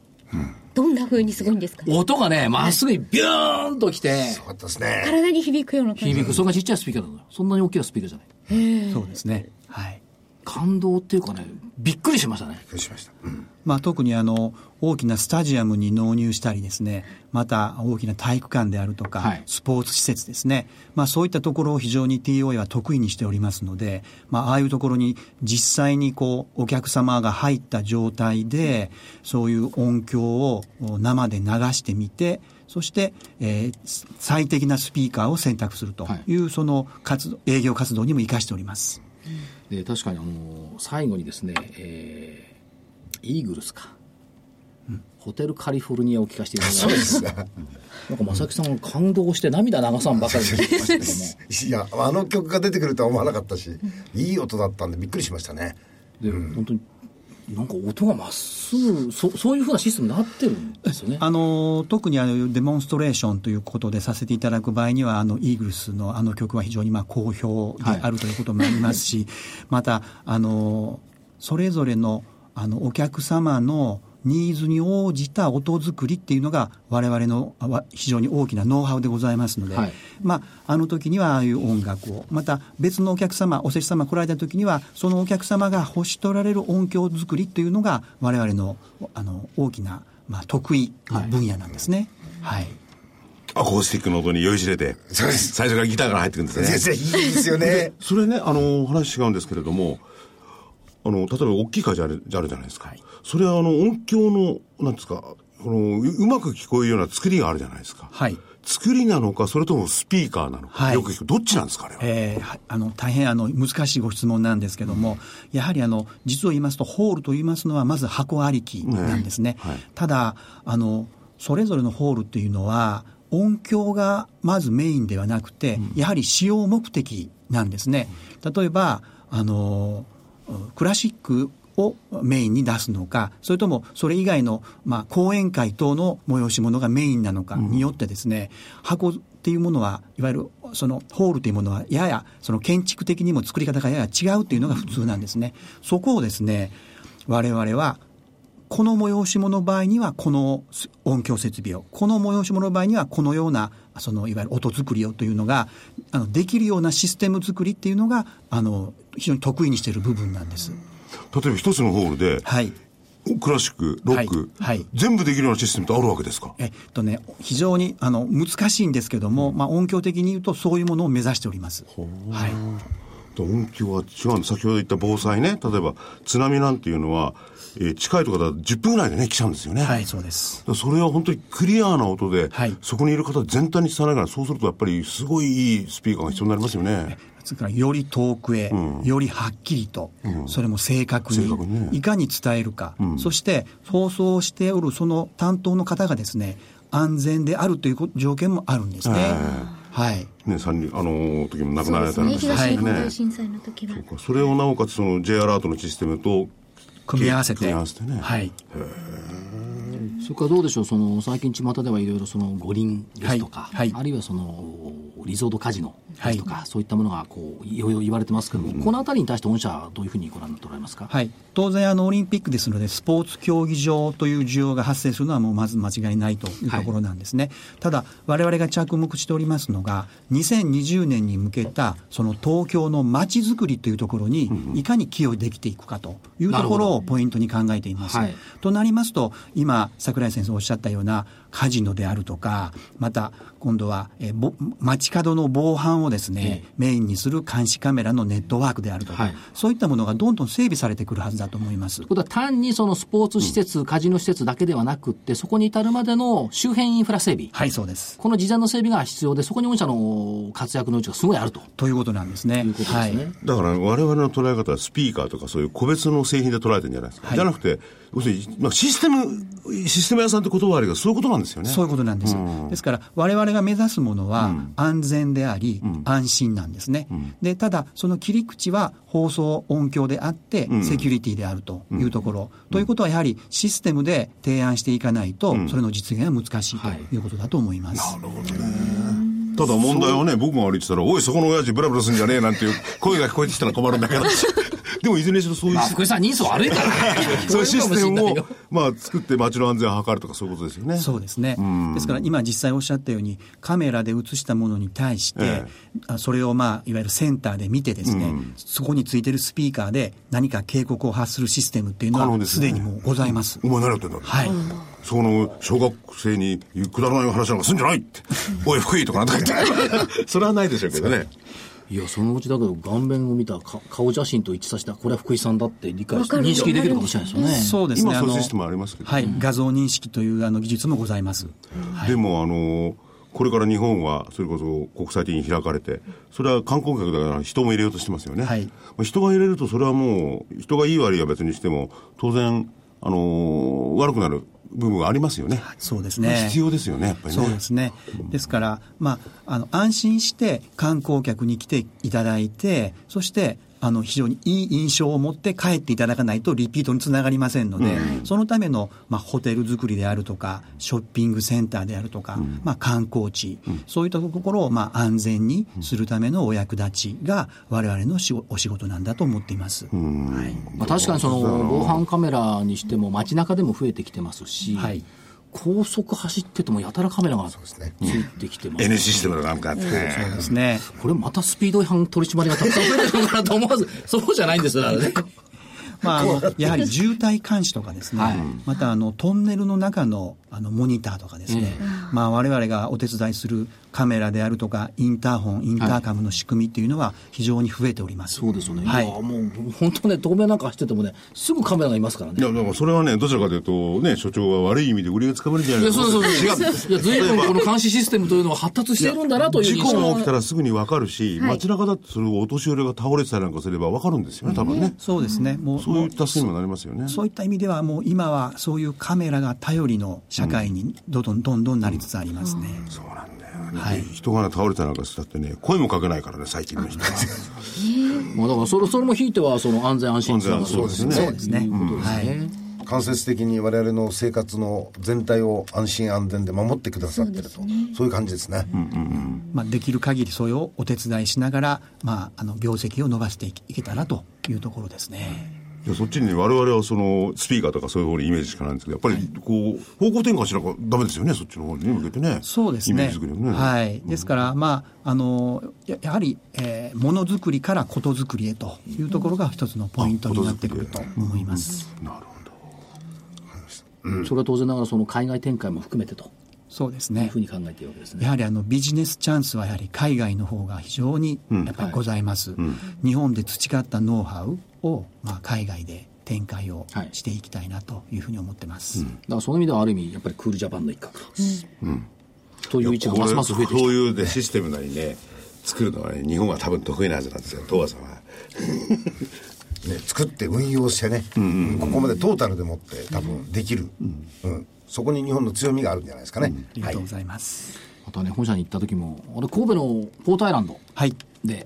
どんな風にすごいんですか
音がねまっすぐにビューンときて
よかったですね。
体に響くような感じ。
響くそれがちっちゃいスピーカーなのよそんなに大きなスピーカーじゃない
そうですね。はい。
感動っていうかねびっくりしましたね
よしました。うん
まあ、特にあの大きなスタジアムに納入したりですねまた大きな体育館であるとか、
はい
スポーツ施設ですね、まあ、そういったところを非常に TOA は得意にしておりますので、まあ、ああいうところに実際にこうお客様が入った状態でそういう音響をお生で流してみてそして、えー最適なスピーカーを選択するという、その活動営業活動にも生かしております。
で確かにあの最後にですね、えーイーグルスか、ホテルカリフォルニアを聞かせていただいたんですが <laughs> なんか正木さんが感動して涙流さんばかりでしたけども
いや、あの曲が出てくるとは思わなかったし、いい音だったんでびっくりしましたね。
で、本当になんか音がまっすぐそそういうふうなシステムになってるんですよね
あの特にあのデモンストレーションということでさせていただく場合にはあのイーグルスのあの曲は非常にまあ好評であるということもありますし、またあのそれぞれのあのお客様のニーズに応じた音作りっていうのが我々のあわ非常に大きなノウハウでございますので、
はい
まあ、あの時にはああいう音楽をまた別のお客様お施主様来られた時にはそのお客様が欲しとられる音響作りというのが我々のあの大きな、まあ、得意な分野なんですね。はい
アコースティックの音に酔いしれて
そうです
最初からギターから入ってくるんですね
先生、いいですよね。
それねあの話違うんですけれどもあの例えば大きい会社あるじゃあるじゃないですか、それはあの音響のなんですかこのううまく聞こえるような作りがあるじゃないですか、
はい
作りなのかそれともスピーカーなのか、
はい
よく聞くどっちなんですかあれは、
えーはあの大変あの難しいご質問なんですけども、やはりあの実を言いますとホールと言いますのはまず箱ありきなんですね、ただあのそれぞれのホールっていうのは音響がまずメインではなくて、やはり使用目的なんですね例えばあのクラシックをメインに出すのか、それともそれ以外の、まあ、講演会等の催し物がメインなのかによってですね、箱っていうものは、いわゆるそのホールというものは、ややその建築的にも作り方がやや違うというのが普通なんですね。そこをですね、我々はこの催し物の場合にはこの音響設備をこの催し物の場合にはこのようなそのいわゆる音作りをというのがあのできるようなシステム作りっていうのがあの非常に得意にしている部分なんです。
例えば一つのホールで、
はい
クラシックロック、
はいはい
全部できるようなシステムってあるわけですか
えっとね、非常にあの難しいんですけども、まあ、音響的に言うとそういうものを目指しております。はい
音響は違うんです先ほど言った防災ね例えば津波なんていうのは、えー近いところだと10分ぐらいでね来ちゃうんですよね、
はい、そうです
だからそれは本当にクリアな音で、
はい
そこにいる方全体に伝わらないから、そうするとやっぱりすごいいいスピーカーが必要になりますよね。
それからより遠くへ、よりはっきりと、それも正確に
正確にね
いかに伝えるか、そして放送をしておるその担当の方がですね安全であるということ条件もあるんですね。はい
ね、三人、あのー時も亡くなられた
そうですね。
ら
東日本
ね
大震災の時は。
そうかそれをなおかつその J アラートのシステムと
組み合わせて
組み合わせてね
はい
それからどうでしょうその最近巷ではいろいろその五輪ですとか、
はいはい
あるいはそのリゾートカジノですとか、そういったものがこういろいろ言われてますけども、この辺りに対して御社はどういうふうにご覧になっておられますか、
はい、当然あの、オリンピックですので、スポーツ競技場という需要が発生するのは、もうまず間違いないというところなんですね、ただ、我々が着目しておりますのが、2020年に向けたその東京の街づくりというところに、いかに寄与できていくかというところをポイントに考えています。
はい
となりますと、今、櫻井先生おっしゃったような、カジノであるとか、また今度は、えーぼ街角の防犯をですね、メインにする監視カメラのネットワークであるとか、
はい
そういったものがどんどん整備されてくるはずだと思います
という。ことは単にそのスポーツ施設、カジノ施設だけではなくって、そこに至るまでの周辺インフラ整備、
はい、そうです。
この事前の整備が必要で、そこに御社の活躍のうちがすごいあると。
ということなんですね。はい。
だから我々の捉え方はスピーカーとかそういう個別の製品で捉えてるんじゃないですか、じゃなくて要するに、まあ、システムシステム屋さんって言葉はあるけどそういうことなんですよね
そういうことなんです。ですから、我々が目指すものは安全であり、安心なんですね。で、ただ、その切り口は放送音響であって、セキュリティであるというところ。ということは、やはりシステムで提案していかないと、それの実現は難しいということだと思います。
ただ問題はね僕が歩いてたら「おいそこの親父ブラブラすんじゃねえ」なんていう声が聞こえてきたら困るんだけどでもいずれにしろそういう
ま
<laughs>
あ、
システ
福井さん、人相悪いからね
ムそういうシステム
そういうかもし
を
れないよ、
まあ、作って街の安全を図るとかそういうことですよね
そうですね、ですから今、実際おっしゃったように、カメラで映したものに対して、
え
あそれを、まあ、いわゆるセンターで見て、ですね、そこについてるスピーカーで何か警告を発するシステムっていうの
可能
は、
です
す
ね
でにもうございます。
お前何やってんだ
はい
そこの小学生にくだらない話なんかすんじゃない <laughs> って「おい福井」とかなんとか言って <laughs> それはないでしょうけどね
いや、そのうちだけど、顔面を見たか顔写真と一致させた、これは福井さんだって理解し
わかる
認識できるかもしれないですよね。
そうですね
今そういう
あの
システムありますけど
はい、画像認識というあの技術もございます。
でもあのこれから日本はそれこそ国際的に開かれてそれは観光客だから人も入れようとしてますよね、
はい
まあ人が入れるとそれはもう人がいい悪いは別にしても当然あの悪くなる部分はありますよね
そうですね
必要ですよねやっぱりね
そうですね。ですから、まあ、あの、安心して観光客に来ていただいて、そして、あの、非常にいい印象を持って帰っていただかないとリピートにつながりませんので、そのための、まあ、ホテル作りであるとか、ショッピングセンターであるとか、まあ、観光地、そういったところを、まあ、安全にするためのお役立ちが、我々の仕お仕事なんだと思っています。はい。
まあ、確かにその防犯カメラにしても街中でも増えてきてますし、
はい
高速走っててもやたらカメラがついてきてます
N システムだなんかあってね
ですね。
これまたスピード違反取り締まりがたくさん増えてるのかなと思わず、そうじゃないんですよ、だからね。
まあ、あのやはり渋滞監視とかですね、
はい
またあのトンネルの中のあのモニターとかですね、まあ、我々がお手伝いするカメラであるとか、インターホン、インターカムの仕組みっていうのは、非常に増えております。
そうですよね。
はい
い、や、もう本当ね、透明なんか走っててもね、すぐカメラがいますから
い
ね。
やだからそれはねどちらかというとね所長は悪い意味で売りがつかまれるんじゃないい
や、
かと
そうそうそう。
違うんです
いや、ずいぶんこの監視システムというのは発達してるんだなという
事
印
故
象
が起きたらすぐに分かるし、街中だってそれをお年寄りが倒れてたりなんかすれば分かるんですよね、多分ね。
そうですね、もう
そういった助けにもなりますよね。
そういった意味では、もう今はそういうカメラが頼りの社会にどんどんどんどんなりつつありますね。
そうなんだよね、人がね倒れたなんかしたってね、声もかけないからね、最近の人は。
まあだからそれ、それもひいては、その安全安心につながる
安全安心
とい
そうです
ね
いうことですね。
間接的に我々の生活の全体を安心安全で守ってくださってるとそう,、いう感じですね、
まあ、できる限りそれをお手伝いしながら、まあ、あの業績を伸ばしていけたらというところですね。
いやそっちにね、我々はそのスピーカーとかそういう方にイメージしかないんですけど、やっぱりこう、方向転換しなきゃダメですよね、そっちの方に向けてね。
そうです
イメー
ね
ジ作りをね。
はい、ですから、まあ、あのややはり、えーものづくりからことづくりへというところが一つのポイントになってくると思います。
なるほど。
それは当然ながら、その海外展開も含めてと
そうです
いう
ね
ふうに考えているわけですね。
やはりあのビジネスチャンスはやはり海外の方が非常にやっぱりございます、日本で培ったノウハウを、まあ、海外で展開を
はい
していきたいなというふうに思ってます、
だからその意味ではある意味やっぱりクールジャパンの一角、という位置がますます増えてき
こ
た
ういうねシステムなりね、作るのはね、日本は多分得意なはずなんですよ、東和さんは。
ね作って運用してね、ここまでトータルでもって多分できる、うんそこに日本の強みがあるんじゃないですかね、
ありがとうございます
あとはね本社に行った時もあれ神戸のポートアイランド
はい
で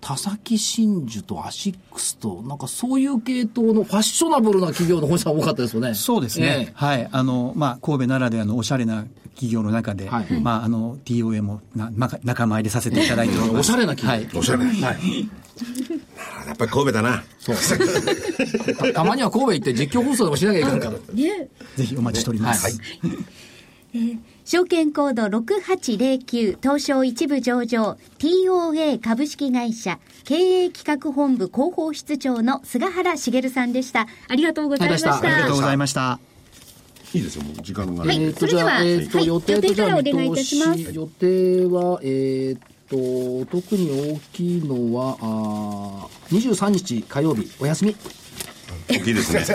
田崎真珠とアシックスとなんかそういう系統のファッショナブルな企業の本社が多かったですよね
そうですね、
え
はいあのまあ、神戸ならではのおしゃれな企業の中で、
はい
まあ、あの TOA もなまか仲間入りさせていただいており
え
ま
お
す
しゃれな企業、
おし <laughs> ゃれ。やっぱり神戸だな。
<laughs> たたまには神戸行って実況放送でもしなきゃいけないから
ね
ぜひお待ちしております、
証券コード6809東証一部上場 TOA 株式会社経営企画本部広報室長の菅原茂さんでした。ありがとうございました。
ありが
ありがとうございました
いいですよ、もう時間が
はい
ね。
えーとじゃあ
それでは
えーと
はい
予定と
予定から
じゃあ見通し
お願いいたします
予定は、えーと特に大きいのはあー23日火曜日お休み
<laughs> 大きいですね。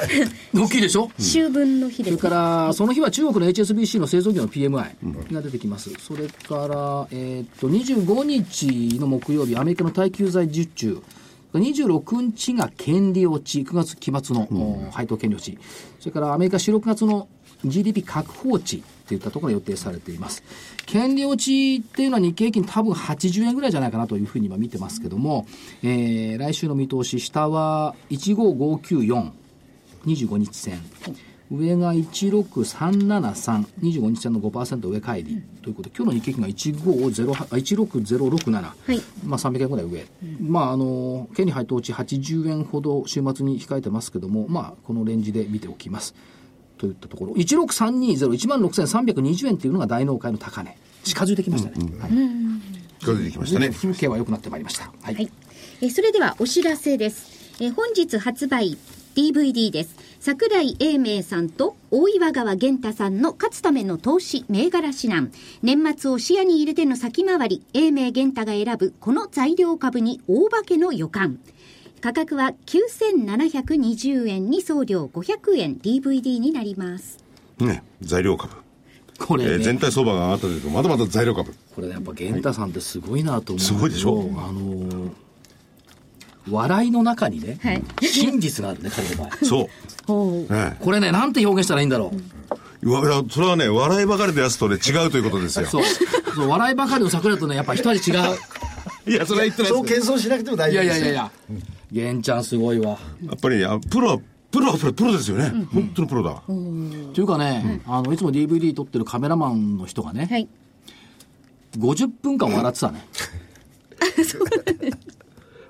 大きいでしょ
秋分の日
そ
で
れ
す
か
ね。
ら、その日は中国の HSBC の製造業の PMI が出てきます。それから、えーっと、25日の木曜日、アメリカの耐久財受注。26日が権利落ち、9月期末の、お配当権利落ち。それから、アメリカ4、6月の GDP 確保値といったところが予定されています。権利落ちっていうのは日経平均多分80円ぐらいじゃないかなというふうに今見てますけども、えー来週の見通し、下は15594。25日線、上が16373、25日線の5%上乖離、ということで、今日の日経平均が150あ16067、
い
まあ、300円ぐらい上、まああの、県に配当値80円ほど週末に控えてますけども、まあ、このレンジで見ておきます。といったところ、16320、16,320円というのが大納会の高値、近づいてきましたね。はい
近づいてきましたね。
風景は良くなってまいりました。はい
はい。えーそれではお知らせです。えー本日発売 DVD です。桜井英明さんと大岩川源太さんの勝つための投資銘柄指南。年末を視野に入れての先回り、英明源太が選ぶこの材料株に大化けの予感。価格は9720円に送料500円 DVD になります。
ね、材料株。
こ
え
れ、ね
ー全体相場が上がったというと、まだまだ材料株。
これねやっぱ源太さんってすごいなと思う、
すごいでしょ
あのー笑いの中にね、
はい
真実があるね彼の場合
そう。ね
これねなんて表現したらいいんだろう、
わいやそれはね、笑いばかりのやつとね、違うということですよ。
そうそう笑いばかりの桜とねやっぱ一味違う
いや、それは言ってない
そう
ですよ
謙遜しなくても大
い
丈
やいや
夫です
いやいや源ちゃんすごいわ、
やっぱり、あプロは、プロはそれプロですよね。本当のプロだわ。
というかね、あのいつも DVD 撮ってるカメラマンの人がね、
はい。
50分間笑ってたね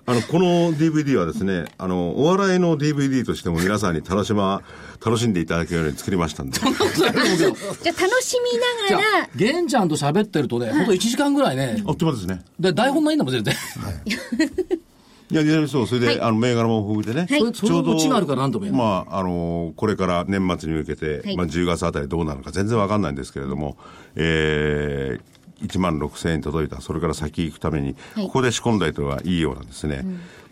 あの、この DVD はですね、あの、お笑いの DVD としても皆さんに楽しま、楽しんでいただけるように作りましたんで。
じゃあ楽しみ
じゃ
ながら
あ、源ちゃんと喋ってるとねほんと1時間ぐらいね
あっという間ですね。
で台本ないんだもん全然、
いや、いやそう、それで、あの、銘柄も豊富でね。
それそれの地があるからなんとも言えない、
まあ、あのこれから年末に向けて、
はい
まあ、10月あたりどうなるか全然わかんないんですけれども、えー、1万6000円届いた、それから先行くために、
はい
ここで仕込んだりとかいいようなですね、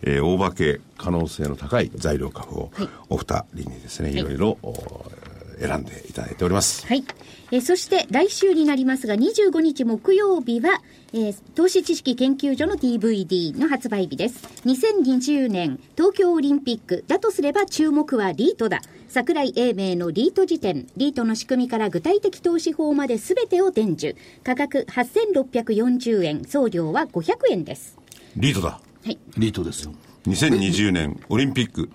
えー大化け可能性の高い材料株を、お二人にですね、いろいろ、お選んでいただいております。
はい。えーそして来週になりますが、25日木曜日は、えー投資知識研究所の DVD の発売日です。2020年東京オリンピック。だとすれば注目はリートだ。桜井英明のリート辞典。リートの仕組みから具体的投資法まで全てを伝授。価格8640円。送料は500円です。
リートだ。
はい。
リートですよ
2020年オリンピック、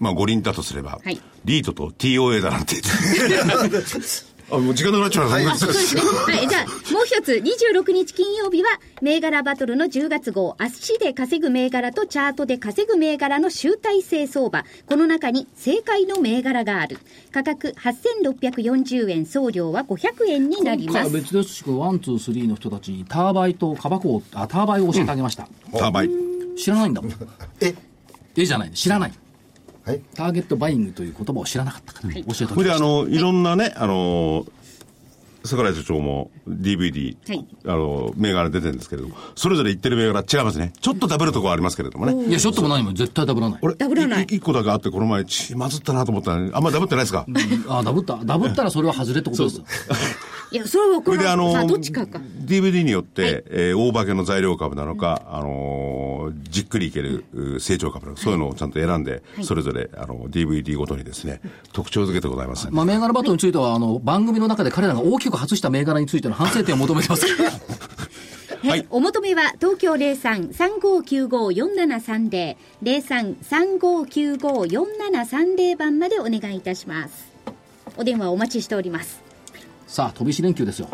まあ五輪だとすれば、
はい
リートと TOA だなんて言って。 <laughs> あ、もう時間なくなっちゃうなごめんなさい <laughs>
そうですね。はい。じゃあ、もう一つ、26日金曜日は、銘柄バトルの10月号、足で稼ぐ銘柄とチャートで稼ぐ銘柄の集大成相場。この中に正解の銘柄がある。価格8640円、送料は500円になり
今回
ま
は
す。
別ですしくワンツースリーの人たちにターバイとカバコをあターバイを教えてあげました、
ターバイン。
知らないんだもん
え
えじゃない知らない
はい
ターゲットバイングという言葉を知らなかったから、教えておき
それで
まし
あ
た
のいろんなね、あの桜井所長も DVD、
はい
あの銘柄出てるんですけれどもそれぞれ言ってる銘柄違いますねちょっとダブるとこはありますけれどもね
いやショットも何も絶対ダブらない
俺
ダブらない
1個だけあってこの前ちまずったなと思ったのにあんまりダブってないですか
あダブったダブったらそれは外れってことですよ
いや、それは分
こ
か
れで
ら
あ
ん。
の
さあ、どっちかか。
DVD によって、えー大化けの材料株なのか、あのーじっくりいける、う成長株なのかそういうのをちゃんと選んで、それぞれあの DVD ごとにですね特徴づけてございますんで、
まあ銘柄バトルについてはあの番組の中で彼らが大きく外した銘柄についての反省点を求めてます
はい、お求めは東京零三三五九五四七三零零三三五九五四七三零番までお願いいたします。お電話お待ちしております。
さあ飛び石連休ですよ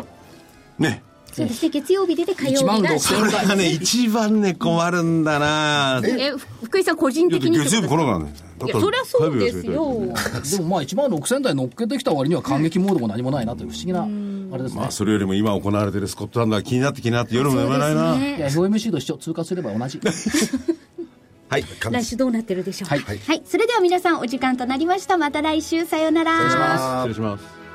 ね
そうですね、月曜日出て火曜
1万
日が
これ
6000
がね一番ね困るんだな
え、ふ福井さん個人
いや
的に
月曜日来なかったね。だ
い
か
や、
ら
そりゃそうです
火曜日忘れて
よ。
でもまあ1万6000台乗っけてきた割には感激モードも何もないなという不思議なあれですね
まあ、それよりも今行われてるスコットランドは気になって気になって夜も眠れないな。
そうですね
いや FOMC と一緒通過すれば同じ
はい
来週どうなってるでしょうか。
は
はいい、それでは皆さんお時間となりました。また来週、さようなら。
失礼します。